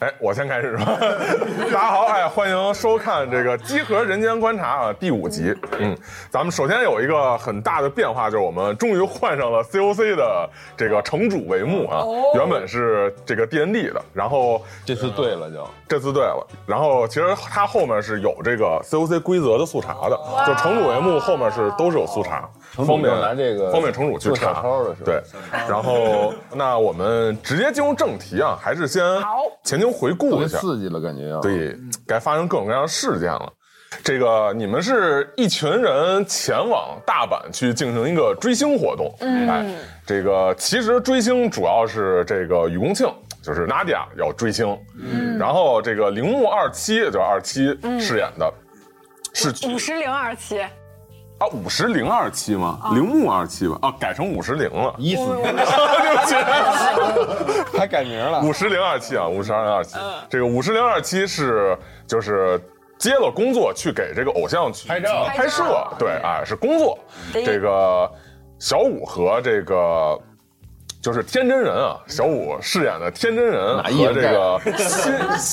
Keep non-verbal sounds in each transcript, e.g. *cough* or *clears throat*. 哎，我先开始吧。 *laughs* 大家好，哎，欢迎收看这个《集合人间观察》啊第五集。嗯，咱们首先有一个很大的变化，就是我们终于换上了 COC 的这个城主帷幕啊。原本是这个 DND 的，然后这次对了就，这次对了，然后其实它后面是有这个 COC 规则的速查的，就城主帷幕后面是都是有速查，城主方便就拿这个方便城主去做小查抄的是吧对，然后那我们直接进入正题啊，还是先前情回特顾别一下，刺激了感觉啊。，，对，该发生各种各样的事件了。这个你们是一群人前往大阪去进行一个追星活动，嗯、哎，这个其实追星主要是这个雨宫庆，就是 Nadia 要追星，嗯、然后这个铃木二七就是二七饰演的，是五十零二期，啊五十零二七吗？铃木二七吧，啊改成五十零了意思 *laughs* 嗯对不起。 *laughs* 还改名了。五十零二七啊，五十零二七，这个五十零二七是就是接了工作去给这个偶像去拍照拍摄拍照，对，哎，是工作。对这个小五和这个就是天真人啊，小五饰演的天真人哪一和人这个西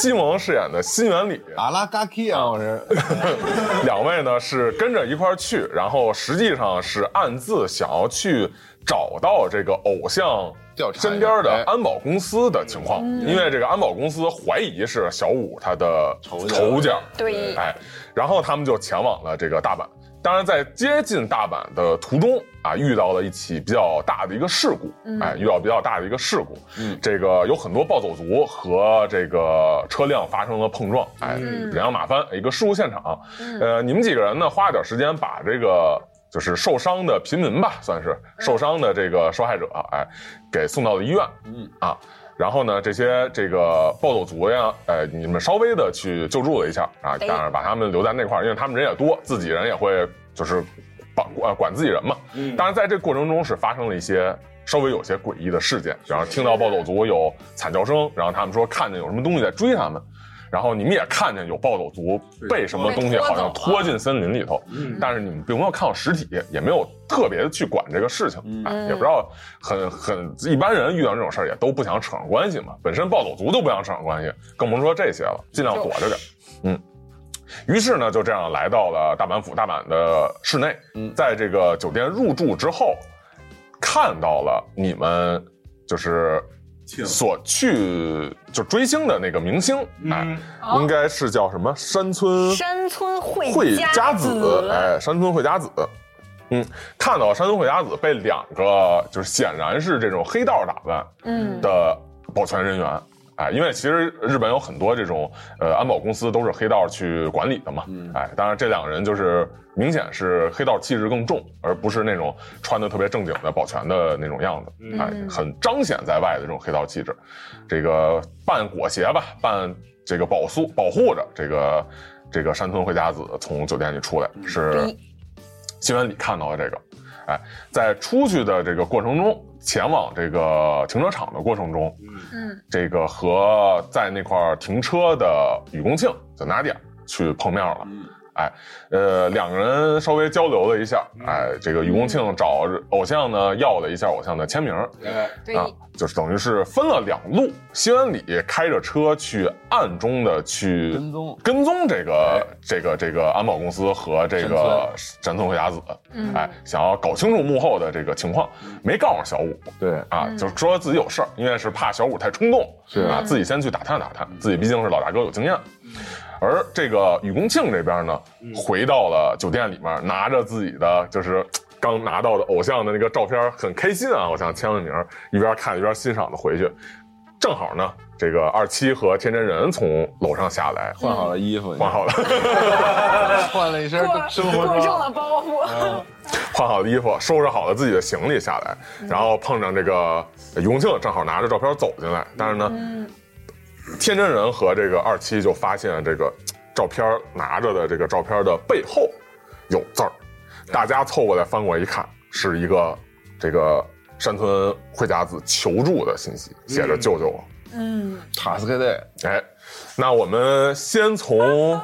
西蒙饰演的新原理，阿拉嘎 k 啊，我是 *laughs* 两位呢是跟着一块儿去，然后实际上是暗自想要去找到这个偶像调查一下身边的哎嗯安保公司的情况，因为这个安保公司怀疑是小五他的仇家仇家，对哎，然后他们就前往了这个大阪。当然，在接近大阪的途中啊，遇到了一起比较大的一个事故，哎，遇到比较大的一个事故，嗯这个有很多暴走族和这个车辆发生了碰撞，哎，人仰马翻，一个事故现场。呃，你们几个人呢，花点时间把这个就是受伤的平民吧，算是受伤的这个受害者，哎，给送到了医院，嗯啊。然后呢，这些这个暴走族呀，呃，你们稍微的去救助了一下啊，哎当然把他们留在那块儿，因为他们人也多，自己人也会就是管管管自己人嘛。当然，在这过程中是发生了一些稍微有些诡异的事件，然后听到暴走族有惨叫声，然后他们说看见有什么东西在追他们，然后你们也看见有暴走族被什么东西好像拖进森林里头，但是你们并没有看到实体，也没有特别的去管这个事情，哎，也不知道很很一般人遇到这种事儿也都不想扯上关系嘛，本身暴走族都不想扯上关系，更甭说这些了，尽量躲着点。嗯，于是呢，就这样来到了大阪府大阪的室内，嗯在这个酒店入住之后，看到了你们就是所去就追星的那个明星，哎，应该是叫什么山村山村惠惠家家子，哎，山村惠家子。嗯，看到山村惠家子被两个就是显然是这种黑道打扮，嗯，的保全人员。哎，因为其实日本有很多这种呃安保公司都是黑道去管理的嘛。哎，当然这两个人就是明显是黑道气质更重，而不是那种穿的特别正经的保全的那种样子。哎，很彰显在外的这种黑道气质。这个半裹挟吧，半这个保速保护着这个这个山村惠家子从酒店里出来，是对新闻里看到的这个。哎，在出去的这个过程中，前往这个停车场的过程中，嗯，这个嗯和在那块儿停车的雨宫庆，就 Nadia 去碰面了。哎，呃，两个人稍微交流了一下，嗯哎，这个于公庆找偶像呢要了一下偶像的签名，哎，对，啊，就是等于是分了两路，西安里开着车去暗中的去跟踪哎跟踪这个这个这个安保公司和这个神村和雅子，嗯哎，想要搞清楚幕后的这个情况，嗯没告诉小五对，啊，嗯就是说自己有事儿，因为是怕小五太冲动，是啊，自己先去打探打探，自己毕竟是老大哥有经验。而这个宇公庆这边呢，回到了酒店里面，拿着自己的就是刚拿到的偶像的那个照片，很开心啊，偶像签了名，一边看一边欣赏的回去。正好呢，这个二七和天真人从楼上下来，换好了衣服，嗯换好了换了一身过生活过重装，了包嗯袱，换好了衣服，收拾好了自己的行李下来，然后碰上这个呃于公庆，正好拿着照片走进来，但是呢，嗯，天真人和这个二七就发现这个照片儿拿着的这个照片的背后有字儿，大家凑过来翻过来一看，是一个这个山村惠家子求助的信息，写着“救救我嗯，塔斯克队，”。哎，那我们先从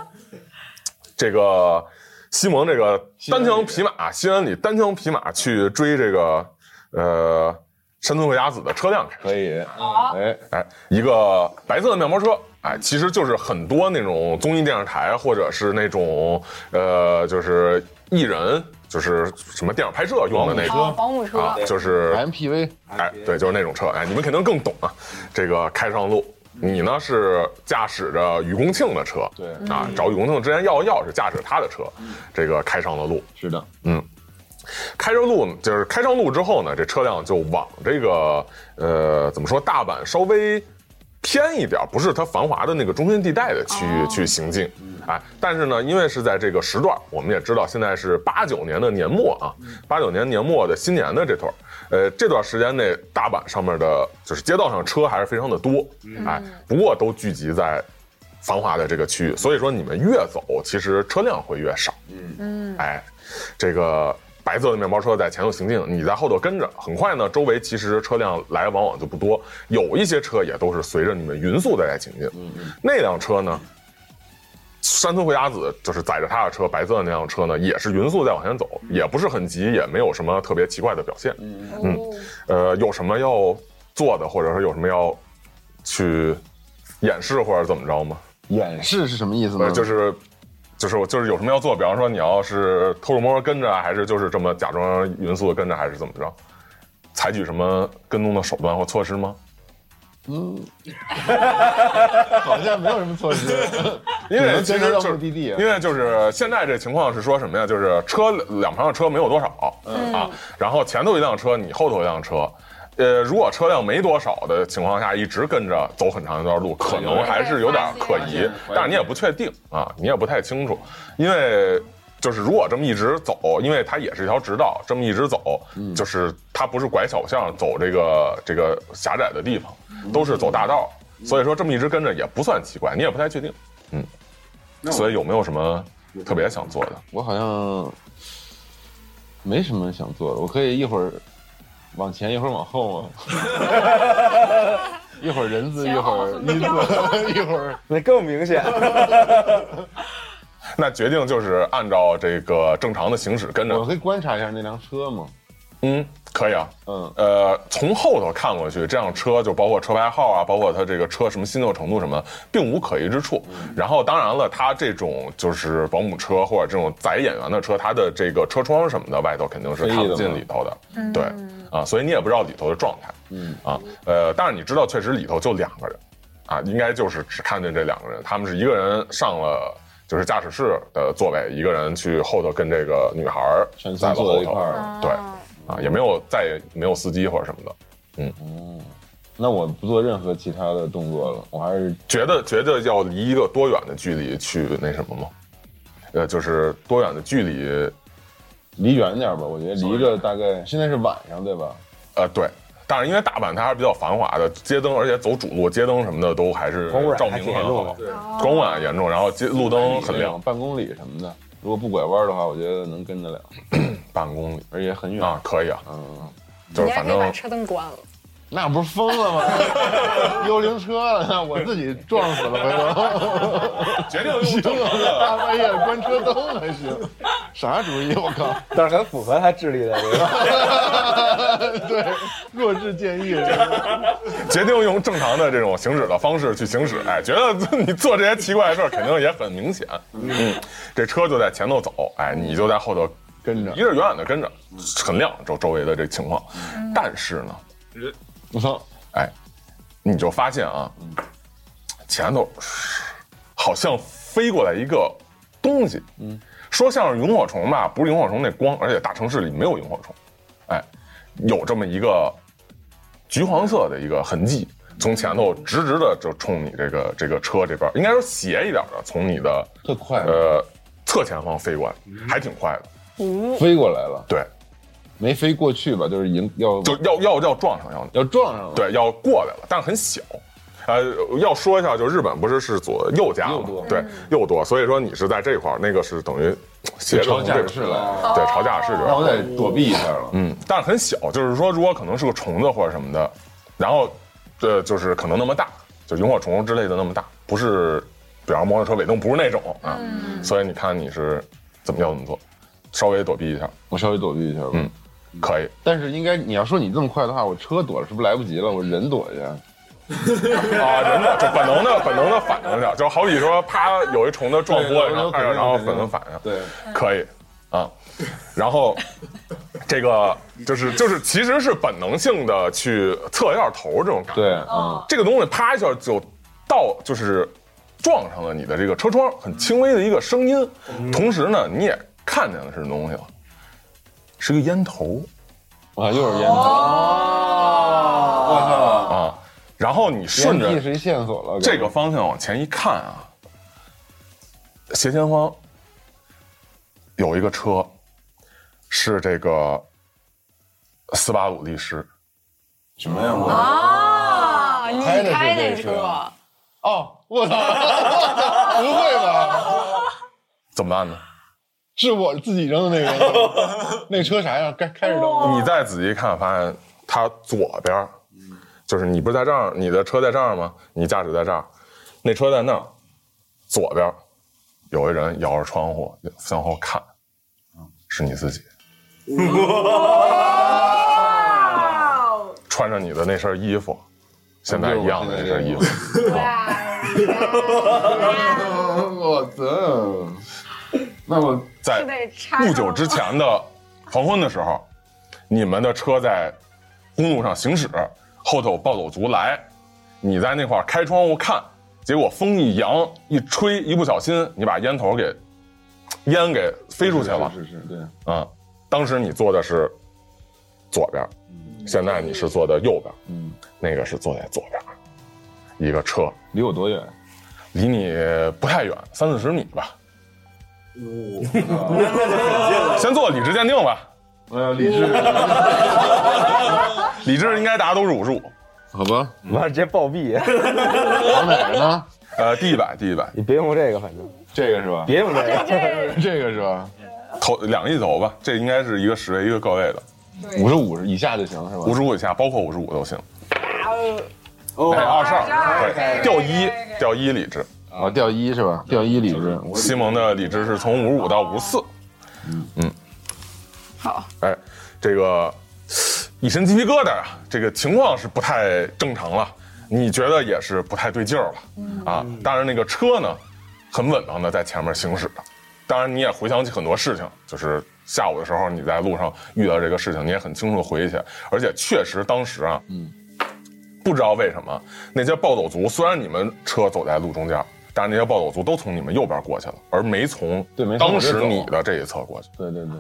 这个西蒙这个单枪匹马，西安里单枪匹马去追这个呃山村惠家子的车辆开始。可以，好，哎，哎，一个白色的面包车，哎，其实就是很多那种综艺电视台或者是那种呃，就是艺人，就是什么电影拍摄用的那好，种哦保姆车，啊，就是，MPV，哎，对，就是那种车，哎，你们肯定更懂啊。这个开上路，你呢是驾驶着于公庆的车，对啊，找于公庆之前要钥匙，驾驶他的车，这个开上了路。是的，开着路就是开上路之后呢，这车辆就往这个呃怎么说大阪稍微偏一点，不是它繁华的那个中心地带的区域哦去行进。哎，但是呢，因为是在这个时段，我们也知道现在是八九年的年末啊，八九年年末的新年的这段儿，呃，这段时间内大阪上面的就是街道上车还是非常的多，嗯哎，不过都聚集在繁华的这个区域，所以说你们越走，其实车辆会越少。嗯，哎，这个白色的面包车在前头行进，你在后头跟着。很快呢，周围其实车辆来来往往就不多，有一些车也都是随着你们匀速的在前进。那辆车呢，山村惠家子就是载着他的车，白色的那辆车呢，也是匀速在往前走，也不是很急，也没有什么特别奇怪的表现。嗯，呃，有什么要做的，或者说有什么要去掩饰或者怎么着吗？演示是什么意思呃，呢？就是就是我就是有什么要做，比方说你要是偷偷摸摸跟着啊，还是就是这么假装匀速的跟着，还是怎么着？采取什么跟踪的手段或措施吗？好像没有什么措施， *laughs* 因只为能其跟实着到就是目的地因为就是现在这情况是说什么呀？就是车两旁的车没有多少、啊，然后前头一辆车，你后头一辆车。呃，如果车辆没多少的情况下，一直跟着走很长一段路，可能还是有点可疑，但是你也不确定啊，你也不太清楚，因为就是如果这么一直走，因为它也是一条直道，这么一直走，就是它不是拐小巷走这个这个狭窄的地方，都是走大道，所以说这么一直跟着也不算奇怪，你也不太确定。嗯所以有没有什么特别想做的？我好像没什么想做的，我可以一会儿往前，一会儿往后 *laughs* 吗？一会儿人字，一前会后儿一字， *laughs* 一会儿那更明显。那决定就是按照这个正常的行驶跟我着。可以观察一下那辆车吗？嗯，可以啊。嗯，呃，从后头看过去，这辆车就包括车牌号啊，包括它这个车什么新旧程度什么，并无可疑之处。嗯然后，当然了，它这种就是保姆车或者这种载演员的车，它的这个车窗什么的外头肯定是看不进里头的，对啊，所以你也不知道里头的状态，嗯啊，呃，但是你知道，确实里头就两个人，啊，应该就是只看见这两个人，他们是一个人上了。就是驾驶室的座位，一个人去后头跟这个女孩儿全在村了后坐在一头块，儿。对哦啊，也没有再也没有司机或者什么的，那我不做任何其他的动作了，我还是觉得觉得要离一个多远的距离去那什么吗？呃，就是多远的距离？离远点吧。我觉得离个大概现在是晚上对吧？呃，对。但是因为大阪它还是比较繁华的，街灯，而且走主路，街灯什么的都还是光污染照还明挺很严重好的，哦光污染严重，然后街路灯很那种亮，半公里什么的。如果不拐弯的话，我觉得能跟得了，半公里而且很远。啊，可以啊，嗯，就是你还反可以把正车灯关了，那不是疯了吗？ *laughs* 幽灵车了，那我自己撞死了，回头决定用行正常了，的。大半夜关车灯还行，啥主意？我靠！但是很符合他智力的这个。 *laughs* 对，弱智建议，决定用正常的这种行驶的方式去行驶，哎，觉得你做这些奇怪的事儿肯定也很明显，嗯，这车就在前头走，哎，你就在后头跟着一个是远远的跟着，很亮周周围的这情况，但是呢，我操，哎，你就发现啊，前头好像飞过来一个东西，嗯，说像是萤火虫吧，不是萤火虫那光，而且大城市里没有萤火虫，哎，有这么一个橘黄色的一个痕迹，从前头直直的就冲你这个这个车这边，应该说斜一点的，从你的特快，呃侧前方飞过来，还挺快的，飞过来了，对，没飞过去吧？就是迎要就要要要撞上要要撞上了，，对，要过来了，但是很小。呃，要说一下，就日本不是是左右夹嘛右舵对，右舵，所以说你是在这块儿，那个是等于斜着朝从驾这驶室来了，对，朝驾驶这那边，我得躲避一下了。嗯，但是很小，就是说如果可能是个虫子或者什么的，然后呃，就是可能那么大，就萤火虫之类的那么大，不是，比方摩托车尾灯不是那种啊，所以你看你是怎么要怎么做，稍微躲避一下，我稍微躲避一下吧。嗯可以，但是应该你要说你这么快的话，我车躲了是不是来不及了？我人躲一下。 *laughs* 啊，人的就本能的本能的反应一下，就好比说啪有一虫子撞玻璃上，哎然后本能反应，对，可以啊。然后这个就是就是其实是本能性的去侧一下头这种感觉，对，嗯，这个东西啪一下就到就是撞上了你的这个车窗，很轻微的一个声音，嗯同时呢你也看见了是什么东西了，是个烟头。啊，又是烟头，我啊，然后你顺烟蒂着是一线索了。这个方向往前一看啊，斜前方有一个车，是这个斯巴鲁力狮，什么呀？我啊，你开的是开那这车，车哦，我操，不会吧？怎么办呢？是我自己扔的那个，那车啥样？开开着灯吗？你再仔细看，发现它左边儿，就是你不是在这儿，你的车在这儿吗？你驾驶在这儿，那车在那儿，左边儿有一人摇着窗户向后看，是你自己。 *laughs* 穿着你的那身衣服，现在一样的那身衣服， *laughs* 我操！那我在得插上不久哎之前的黄昏的时候，你们的车在公路上行驶，后头有暴走族来，你在那块儿开窗户看，结果风一扬一吹，一不小心你把烟头给烟给飞出去了是是是，对，啊、当时你坐的是左边，现在你是坐的右边，嗯，那个是坐在左边，一个车离我多远？离你不太远，三四十米吧。哦 *laughs* 先做理智鉴定吧，哎呀，理智，理智应该答都是五十五。好吧，操！我直接暴毙！ *laughs* 往哪儿呢？呃，第一百，第一百，你别用这个，反正这个是吧？别用这个。哎这个是吧？投两个一投吧，这应该是一个十位一个个位的，五十五以下就行是吧？五十五以下，包括五十五都行。哦哎，二十22二，哎对，掉一，掉一理智。啊，掉一是吧？掉一理智，西蒙的理智是从五十五到五十四。嗯，好，哎，这个一身鸡皮疙瘩啊，这个情况是不太正常了，你觉得也是不太对劲儿了、啊。当然，那个车呢，很稳当的在前面行驶着。当然，你也回想起很多事情，就是下午的时候你在路上遇到这个事情，你也很清楚的回忆起来，而且确实当时啊，嗯，不知道为什么那些暴走族虽然你们车走在路中间，但是那些暴走族都从你们右边过去了，而没从对没从我当这时走啊你的这一侧过去。对对对，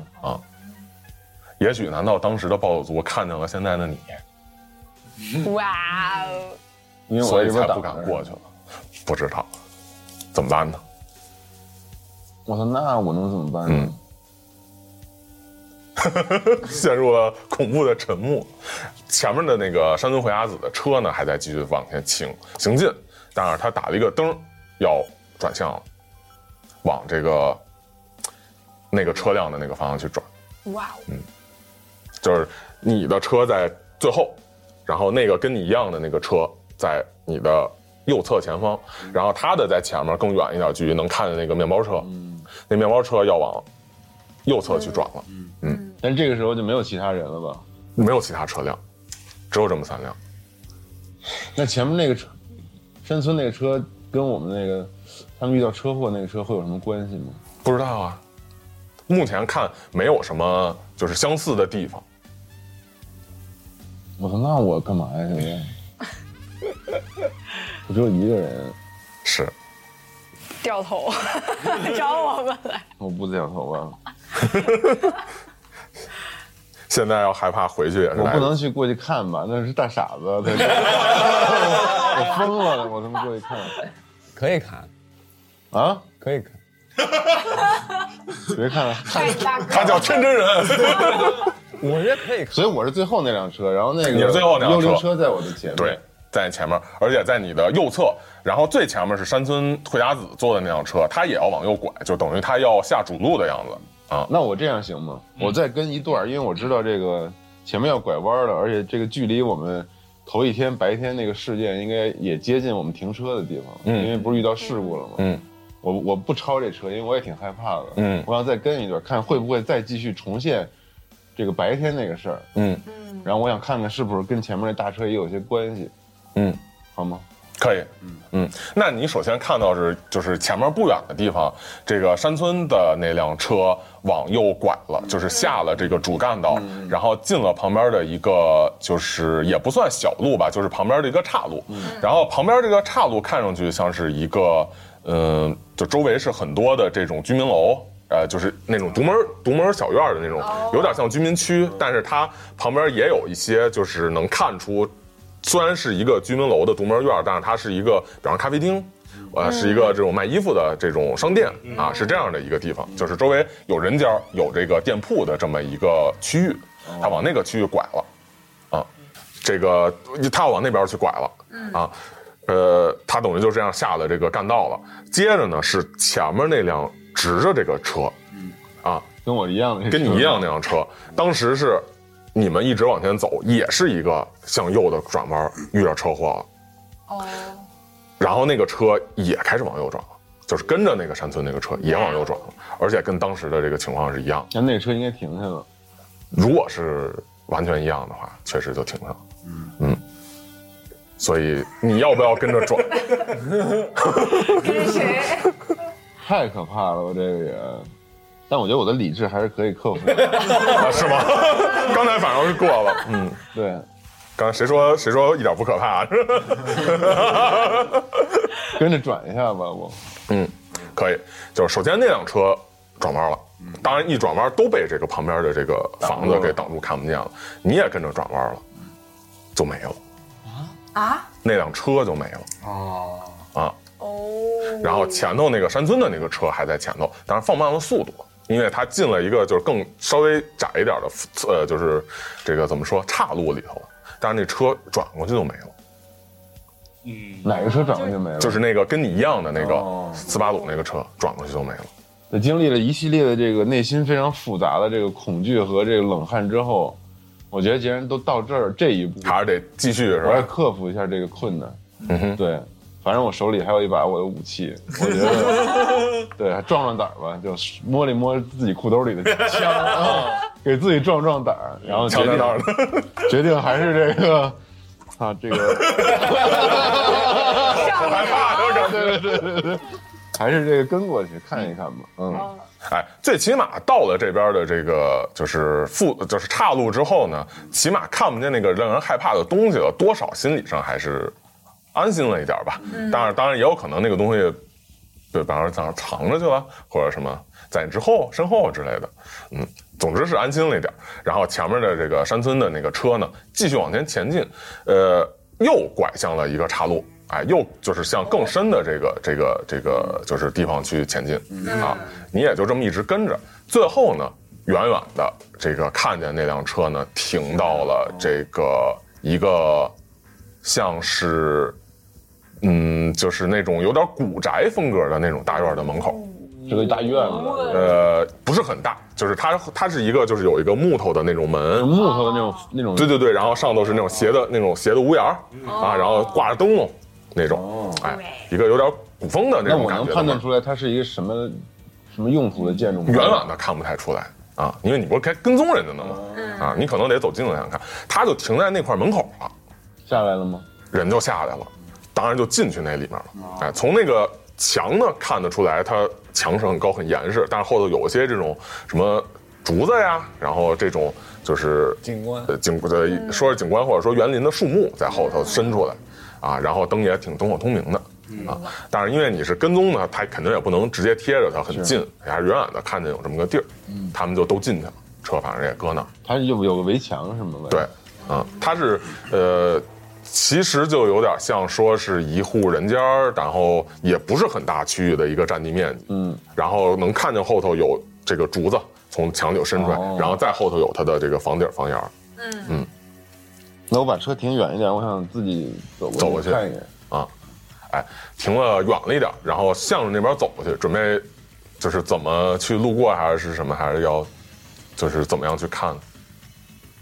也许难道当时的暴走族看见了现在的你，嗯哇哦，因为我所在以这边才不挡着敢。过去了？不知道，怎么办呢？我操，那我能怎么办 *laughs* 呢？陷入了恐怖的沉默。前面的那个山村惠雅子的车呢，还在继续往前行行进，但是他打了一个灯儿，要转向了，往这个那个车辆的那个方向去转。哇哦，就是你的车在最后然后那个跟你一样的那个车在你的右侧前方，然后他的在前面更远一点距离能看见那个面包车，嗯，那面包车要往右侧去转了，但这个时候就没有其他人了吧？没有其他车辆，只有这么三辆。那前面那个车，山村那个车跟我们那个他们遇到车祸那个车会有什么关系吗？不知道啊，目前看没有什么就是相似的地方。我说那我干嘛呀？现在 *laughs* 我只有一个人，是，掉头 *laughs* 找我们来。我不掉头啊发，现在要害怕回去也是我来不不及能去过去看吧？那是大傻子， *laughs* 他是我疯了，我他妈过去看可以看，啊！可以看。别看了，太大哥，他叫天真人，我觉得可以看，所以我是最后那辆车，然后那个你是最后那辆幽车灵车在我的前面，对，在前面，而且在你的右侧，然后最前面是山村惠佳子坐的那辆车，他也要往右拐，就等于他要下主路的样子啊。那我这样行吗？嗯我再跟一段儿，因为我知道这个前面要拐弯了，而且这个距离我们头一天白天那个事件应该也接近我们停车的地方，嗯因为不是遇到事故了吗？嗯，我我不超这车，因为我也挺害怕的。嗯我想再跟一段，看会不会再继续重现这个白天那个事儿。嗯嗯，然后我想看看是不是跟前面那大车也有些关系，嗯，好吗？可以。嗯嗯，那你首先看到是就是前面不远的地方，这个山村的那辆车往右拐了，就是下了这个主干道，然后进了旁边的一个就是也不算小路吧，就是旁边的一个岔路。然后旁边这个岔路看上去像是一个，嗯、就周围是很多的这种居民楼。呃，就是那种独门独门小院的那种，有点像居民区，但是它旁边也有一些，就是能看出虽然是一个居民楼的独门院儿，但是它是一个，比方咖啡厅，呃，是一个这种卖衣服的这种商店啊，是这样的一个地方，就是周围有人家儿有这个店铺的这么一个区域，它往那个区域拐了，啊，这个它要往那边去拐了，啊，呃，它等于就这样下了这个干道了，接着呢是前面那辆直着这个车，啊，跟我一样的，跟你一样那辆车，当时是你们一直往前走，也是一个向右的转弯，遇到车祸了，哦，然后那个车也开始往右转了，就是跟着那个山村那个车也往右转了，而且跟当时的这个情况是一样。那那车应该停下了。如果是完全一样的话，确实就停上了。嗯，所以你要不要跟着 *laughs* 转？跟谁？ *laughs* 太可怕了，我这个人。但我觉得我的理智还是可以克服的。 *laughs* 啊是吗？ *laughs* 刚才反正是过了。嗯，对，刚才谁说谁说一点不可 *laughs* 怕？啊跟着转一下吧，我。嗯，可以。就是首先那辆车转弯了，当然一转弯都被这个旁边的这个房子给嗯挡住，看不见了。你也跟着转弯了，就没了，啊？那辆车就没了哦，啊。哦，然后前头那个山村的那个车还在前头，但是放慢了速度，因为它进了一个就是更稍微窄一点的，呃，就是这个怎么说岔路里头了。但是那车转过去就没了，嗯，哪个车转过去没了？就是那个跟你一样的那哦个斯巴鲁那个车转过去就没了。在经历了一系列的这个内心非常复杂的这个恐惧和这个冷汗之后，我觉得既然都到这儿这一步，还是得继续是我要吧？克服一下这个困难。嗯哼。对，反正我手里还有一把我的武器，我觉得对，还壮壮胆儿吧，就摸了一摸自己裤兜里的 *laughs* 枪，啊给自己壮壮胆儿，然后决抢在定哪儿呢？ *laughs* 决定还是这个啊这个。上害怕都是对对对对，还是这个跟过去看一看吧。嗯，哦哎，最起码到了这边的这个就是副就是岔路之后呢，起码看不见那个让人害怕的东西了，多少心理上还是安心了一点吧。当然，当然也有可能那个东西，对，反正在那儿藏着去了，或者什么在你之后身后之类的。嗯，总之是安心了一点。然后前面的这个山村的那个车呢，继续往前前进，呃，又拐向了一个岔路。哎，又就是向更深的这个这个这个就是地方去前进、啊！你也就这么一直跟着，最后呢，远远的这个看见那辆车呢停到了这个一个像是嗯，就是那种有点古宅风格的那种大院的门口，这个大院子，呃，不是很大，就是它它是一个就是有一个木头的那种门，木头的那种那种，对对对，然后上头是那种斜的那种斜的屋檐儿啊，然后挂着灯笼那种，哎，一个有点古风的那那种哦我感能觉的判断门出来它是一个什么什么用途的建筑吗？远远的看不太出来啊，因为你不是该跟踪人家的吗？嗯啊，你可能得走近了才能看。他就停在那块门口了，下来了吗？人就下来了，当然就进去那里面了。哎，从那个墙呢看得出来，它墙是很高很严实，但是后头有一些这种什么竹子呀，然后这种就是景观呃景呃说是景观或者说园林的树木在后头伸出来，啊，然后灯也挺灯火通明的。啊，但是因为你是跟踪的，他肯定也不能直接贴着他很近，还是远远的看见有这么个地儿，他们就都进去了，车反正也搁那儿，它有有个围墙什么的。对，，嗯，它是呃，其实就有点像说是一户人家儿，然后也不是很大区域的一个占地面积，嗯，然后能看见后头有这个竹子从墙里头伸出来，哦然后再后头有它的这个房顶儿房檐儿那我把车停远一点，我想自己走过走过去看一眼。啊，哎，停了远了一点儿，然后向着那边走过去，准备就是怎么去路过还是什么，还是要就是怎么样去看。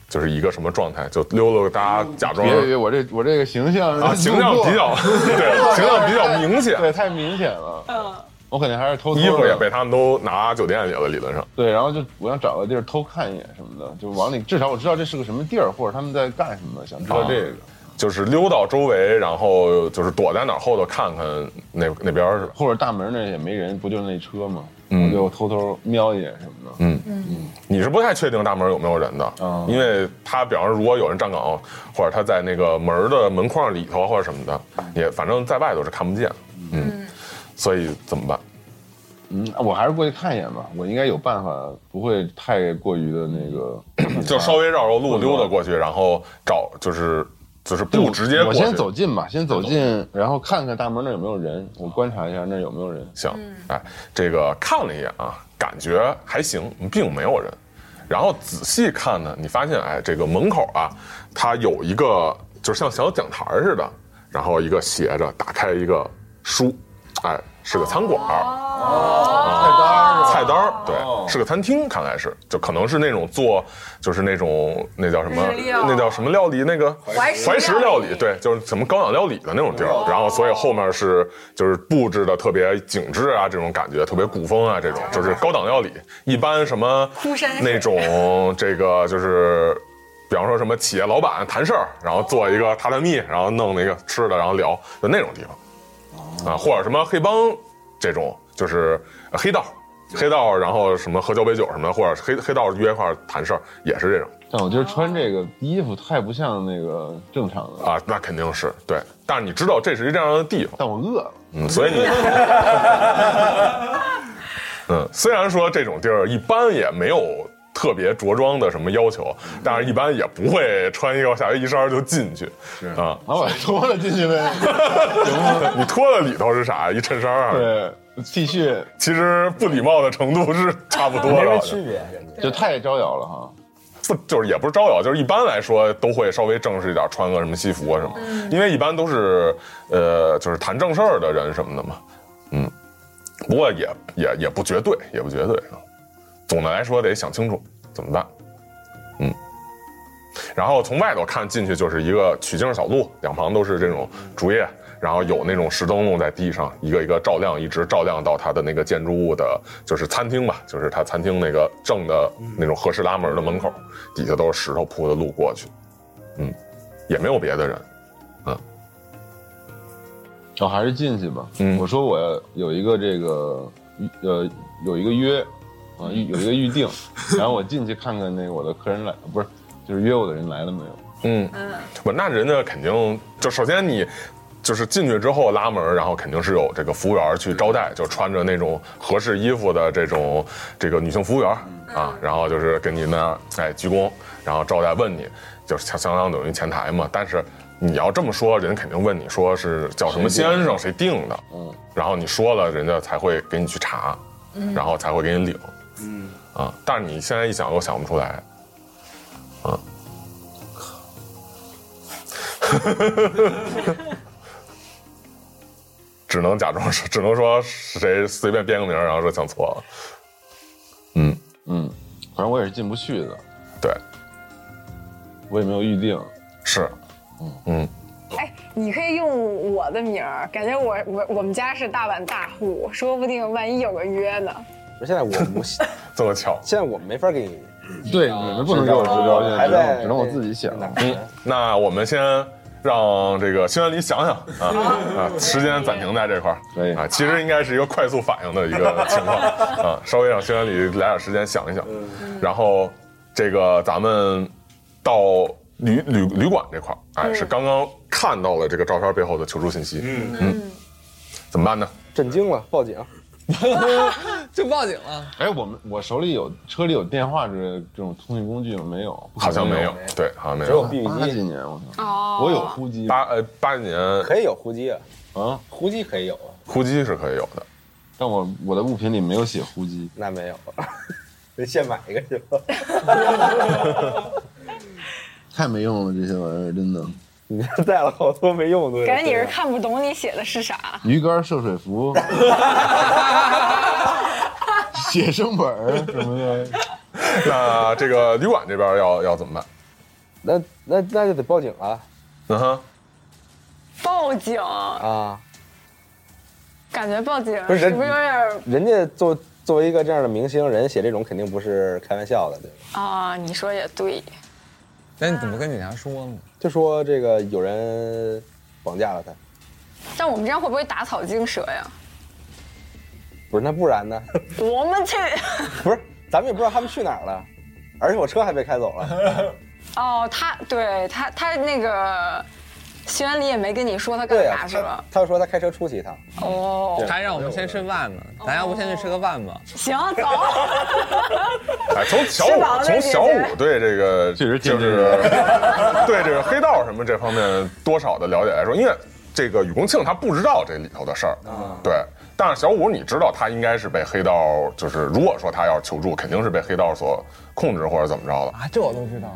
就是一个什么状态，就溜溜达，假装别嗯别别，我这我这个形象啊，形象比较 *laughs* 对，形象比较明显，对太明显了。嗯，我肯定还是偷偷的衣服也被他们都拿酒店里了，理论上对，然后就我想找个地儿偷看一眼什么的，就往里至少我知道这是个什么地儿，或者他们在干什么，想知啊道这个。就是溜到周围，然后就是躲在哪儿后头看看那那边儿是吧？后边大门那也没人，不就是那车吗？嗯我就偷偷瞄一眼什么的。你是不太确定大门有没有人的，嗯因为他比方说如果有人站岗，或者他在那个门的门框里头或者什么的，也反正在外头是看不见，嗯，所以怎么办？。嗯，我还是过去看一眼吧，我应该有办法，不会太过于的那个 *clears throat* 就稍微绕绕路溜达过去，然后找就是就是就不直接过我去，先走近吧，先走近，然后看看大门那有没有人，我观察一下那有没有人。行，嗯哎，这个看了一眼啊，感觉还行，并没有人。然后仔细看呢，你发现哎，这个门口啊，它有一个就是像小讲台似的，然后一个斜着打开一个书，哎，是个餐馆儿。啊菜哦菜单儿，对，是哦个餐厅，看来是，就可能是那种做，就是那种那叫什么日料，那叫什么料理，那个怀石怀石料料理理，对，就是什么高档料理的那种地哦儿。然后，所以后面是就是布置的特别精致啊，这种感觉特别古风啊，这种就是高档料理。一般什么枯山水那 *laughs* 种这个就是。比方说什么企业老板谈事儿，然后做一个榻榻米，然后弄那个吃的，然后聊，就那种地方。哦啊，或者什么黑帮这种，就是呃黑道，黑道，然后什么喝交杯酒什么的，或者是黑黑道约一块儿谈事儿，也是这种但我觉得穿这个衣服太不像那个正常的，啊，那肯定是对。但是你知道这是一这样的地方，但我饿了。嗯，所以你，嗯，虽然说这种地儿一般也没有特别着装的什么要求，但是一般也不会穿一个夏威夷衫儿就进去，啊， *laughs* 然后我脱了进去呗，你脱了里头是啥？一衬衫儿啊，对，T 恤其实不礼貌的程度是差不多没的什么。区别，就太招摇了哈。不就是也不是招摇，就是一般来说都会稍微正式一点，穿个什么西服啊什么，因为一般都是呃就是谈正事儿的人什么的嘛，嗯，不过也也也不绝对，也不绝对啊。总的来说得想清楚怎么办，嗯。然后从外头看进去就是一个曲径小路，两旁都是这种竹叶，然后有那种石灯笼在地上，一个一个照亮，一直照亮到它的那个建筑物的，就是餐厅吧， *laughs* 就是它餐厅那个正的那种合适拉门的门口，底下都是石头铺的路过去，嗯，也没有别的人，我哦还是进去吧。嗯我说我有一个这个呃有一个约啊、预有一个预 *laughs* 定，然后我进去看看那个我的客人来不是就是约我的人来了没有？嗯，不，那人家肯定就首先你就是进去之后拉门，然后肯定是有这个服务员去招待，就穿着那种合适衣服的这种这个女性服务员啊，然后就是跟你那儿哎鞠躬，然后招待问你，就是相相当等于前台嘛。但是你要这么说，人肯定问你说是叫什么先生谁定的，嗯，然后你说了，人家才会给你去查，然后才会给你领，嗯啊，但是你现在一想又想不出来，只能假装是，只能说谁随便编个名儿，然后说想错了。嗯嗯，反正我也是进不去的，对，我也没有预定。是，嗯，哎，你可以用我的名儿，感觉我我我们家是大碗大户，说不定万一有个约呢。不是现在我不，现这么巧。在我们没法给你对，你们不能给我支招，现在还只能在只能我自己想。嗯，那我们先让这个新安离想想啊啊，时间暂停在这块儿，可以啊，其实应该是一个快速反应的一个情况啊，稍微让新安离来点时间想一想，然后这个咱们到旅旅旅馆这块儿，哎，是刚刚看到了这个照片背后的求助信息，嗯嗯，怎么办呢？震惊了，报警。就报警了。哎，我们我手里有车里有电话之类的这种通讯工具吗？没有，不可好像能没有，对，好像没只有有。避有。八孕啊几机，年我操，哦我有呼机八呃八几年可以有呼机啊，啊，呼机可以有啊，呼机是可以有的，但我我的物品里没有写呼机。那没有， *laughs* 得现买一个去吧。太没用了，这些玩意儿真的。你这带了好多没用的东西。啊感觉你是看不懂你写的是啥。鱼竿、涉水服、写生本儿什么的，那这个旅馆这边要要怎么办？那那那就得报警了嗯哼。报警，啊！感觉报警不是是人不是有点儿人家作作为一个这样的明星，人写这种肯定不是开玩笑的，对吧？啊？你说也对，但你怎么跟警察说呢？就说这个有人绑架了他，但我们这样会不会打草惊蛇呀？不是那不然呢？我们去，不是，咱们也不知道他们去哪儿了，而且我车还被开走 *laughs* 了。 *laughs* 哦，他对他他那个。徐安礼也没跟你说他干对呀、嘛是他吧？他说他开车出去一趟，哦，他还让我们先吃饭呢，咱要不先去吃个饭吧？行，走。 *laughs* 哎，从小吃饱五了从再解决小五对这个确实就见是这个 *laughs* 对这个黑道什么这方面多少的了解来说，因为这个雨公庆他不知道这里头的事儿，啊对。但是小五你知道他应该是被黑道，就是如果说他要求助，肯定是被黑道所控制或者怎么着的。啊，这我都知道。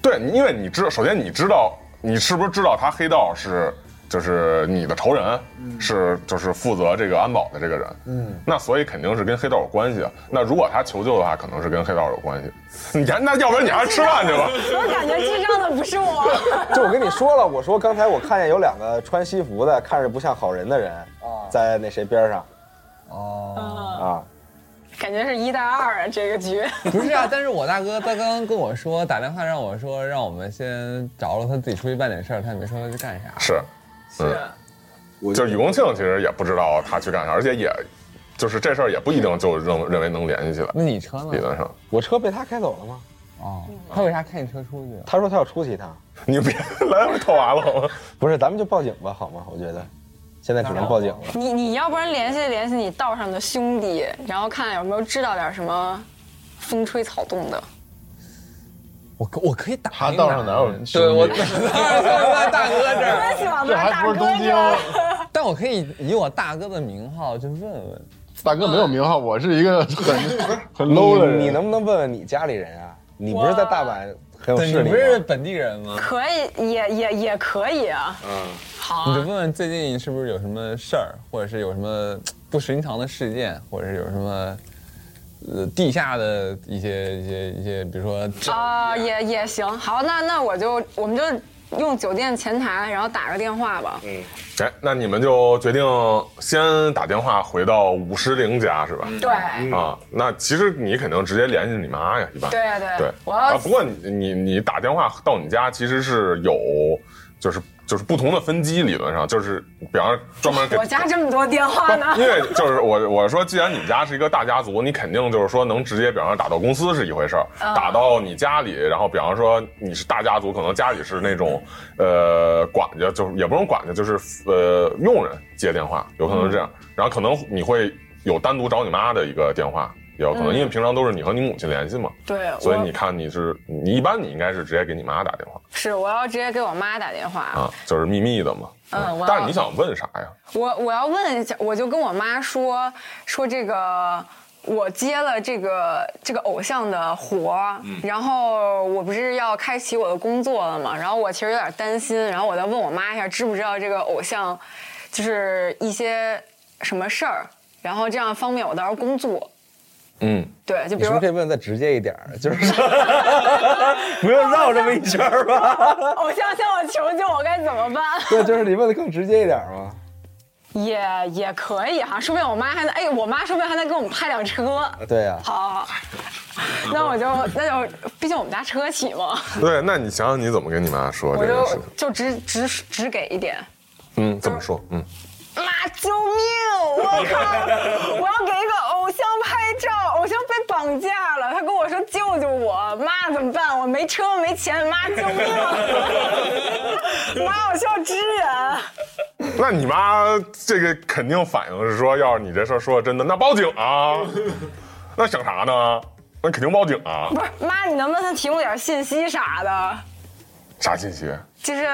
对，你因为你知，首先你知道，你是不是知道他黑道是就是你的仇人，嗯是就是负责这个安保的这个人，嗯，那所以肯定是跟黑道有关系啊。那如果他求救的话，可能是跟黑道有关系。 *laughs* 你看，那要不然你还是吃饭去吧。 *laughs* 我感觉智障的不是我，就我跟你说了，我说刚才我看见有两个穿西服的，看着不像好人的人，在那谁边上啊哦，啊， *laughs* 感觉是一带二啊，这个局。不是啊，但是我大哥他刚刚跟我说，打电话让我说，让我们先着了他自己出去办点事儿，他也没说他去干啥。是，嗯，就是雨公庆其实也不知道他去干啥，而且也就是这事儿也不一定就认认为能联系起来，那你车嗯理呢？论上。我车被他开走了吗？哦，他为啥开你车出去啊？他说他要出去一趟，你别来回套娃了好吗？不是，咱们就报警吧，好吗？我觉得现在只能报警啊了。你你要不然联系联系你道上的兄弟，然后看有没有知道点什么风吹草动的。我可我可以打他听道上打哪有听兄对弟我道上就在大哥这儿，喜欢这还不是东京？啊但我可以以我大哥的名号去问问。大哥没有名号，我是一个很很 low 的人。你你能不能问问你家里人啊？你不是在大阪很有对，势你力不是吗？本地人吗？可以，也也也可以啊。嗯，好你就啊。问问最近是不是有什么事儿，或者是有什么不寻常的事件，或者是有什么呃地下的一些一些一些，比如说这啊、也也行。好，那那我就我们就用酒店前台，然后打个电话吧。哎，那你们就决定先打电话回到吴诗玲家是吧？对、啊，那其实你肯定直接联系你妈呀，一般。嗯对对对，我啊要，不过你你你打电话到你家其实是有，就是就是不同的分机，理论上就是，比方说专门给我家这么多电话呢。因为就是我我说，既然你们家是一个大家族，你肯定就是说能直接，比方说打到公司是一回事儿，打到你家里，然后比方说你是大家族，可能家里是那种呃管家，就是也不用管家，就是呃佣人接电话，有可能是这样，然后可能你会有单独找你妈的一个电话。也有可能，因为平常都是你和你母亲联系嘛，对，所以我你看你是你一般你应该是直接给你妈打电话是我要直接给我妈打电话。啊，就是秘密的嘛。嗯我要但是你想问啥呀？我我要问一下，我就跟我妈说说这个，我接了这个这个偶像的活儿，嗯然后我不是要开启我的工作了嘛，然后我其实有点担心，然后我再问我妈一下，知不知道这个偶像就是一些什么事儿，然后这样方便我到时候工作。嗯，对，就比你如是不是可以问得再直接一点儿？就是 *laughs* 不用绕这么一圈儿吧？偶像向我求救，我该怎么办？ *laughs* 对，就是你问的更直接一点儿嘛。也也可以哈，说不定我妈还能，哎，我妈说不定还能给我们派辆车。对呀、好好，好，那我就那就，毕竟我们家车企嘛，对，那你想想你怎么跟你妈说我这件就事情？就只只只给一点。嗯，怎么说？嗯，妈，救命！我靠，我要给一个偶像拍照，偶像被绑架了，他跟我说救救我，妈怎么办？我没车没钱，妈救命！ *laughs* 妈，我需要支援。那你妈这个肯定反应是说，要是你这事儿说的真的，那报警 *laughs* 啊，那想啥呢？那肯定报警啊，不是，妈，你能不能再提供点信息啥的？啥信息？就是，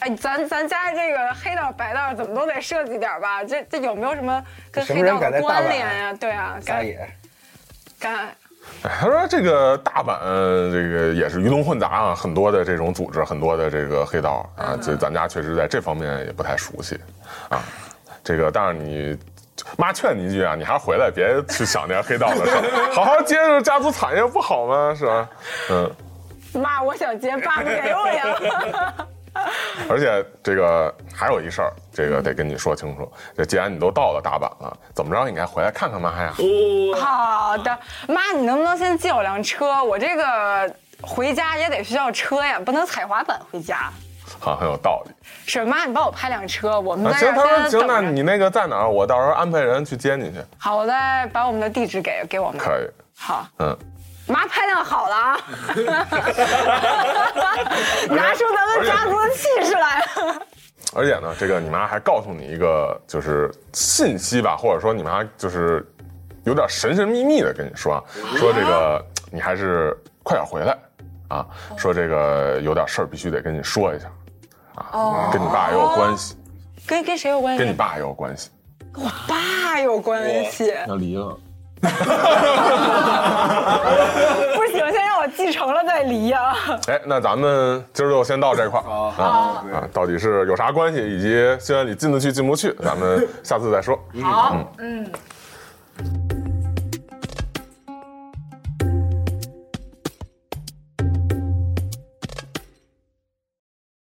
哎，咱咱家这个黑道白道怎么都得涉及点吧？这这有没有什么跟黑道的关联呀、对啊，大敢爷，敢哎，他说这个大阪呃这个也是鱼龙混杂啊，很多的这种组织，很多的这个黑道啊，这咱家确实在这方面也不太熟悉啊。这个，但是你妈劝你一句啊，你还是回来别去想那些黑道的事儿， *laughs* 好好接着家族产业不好吗？是吧？嗯，妈，我想接，爸不给 *laughs* 我呀。而且这个还有一事儿，这个得跟你说清楚。这既然你都到了大阪了，怎么着你该回来看看妈呀？好的，妈，你能不能先借我辆车？我这个回家也得需要车呀，不能踩滑板回家。好，很有道理。是妈，你帮我拍辆车，我们啊、在这行，儿他说先行，那等着。你那个在哪儿？我到时候安排人去接你去，好，我再把我们的地址给给我妈。可以。好，嗯。妈拍亮好了啊，*laughs* 拿出咱们家族的气势来。而且呢，这个你妈还告诉你一个就是信息吧，或者说你妈就是有点神神秘秘的跟你说，啊嗯说这个你还是快点回来啊，嗯说这个有点事儿必须得跟你说一下哦啊，跟你爸也有关系，嗯跟跟谁有关跟你系？爸也有关系。爸有关系。要离了。 *laughs* 不行，先让我继承了再离啊呀。哎，那咱们今儿就先到这块儿啊啊，到底是有啥关系，以及虽然你进得去进不去，咱们下次再说。好，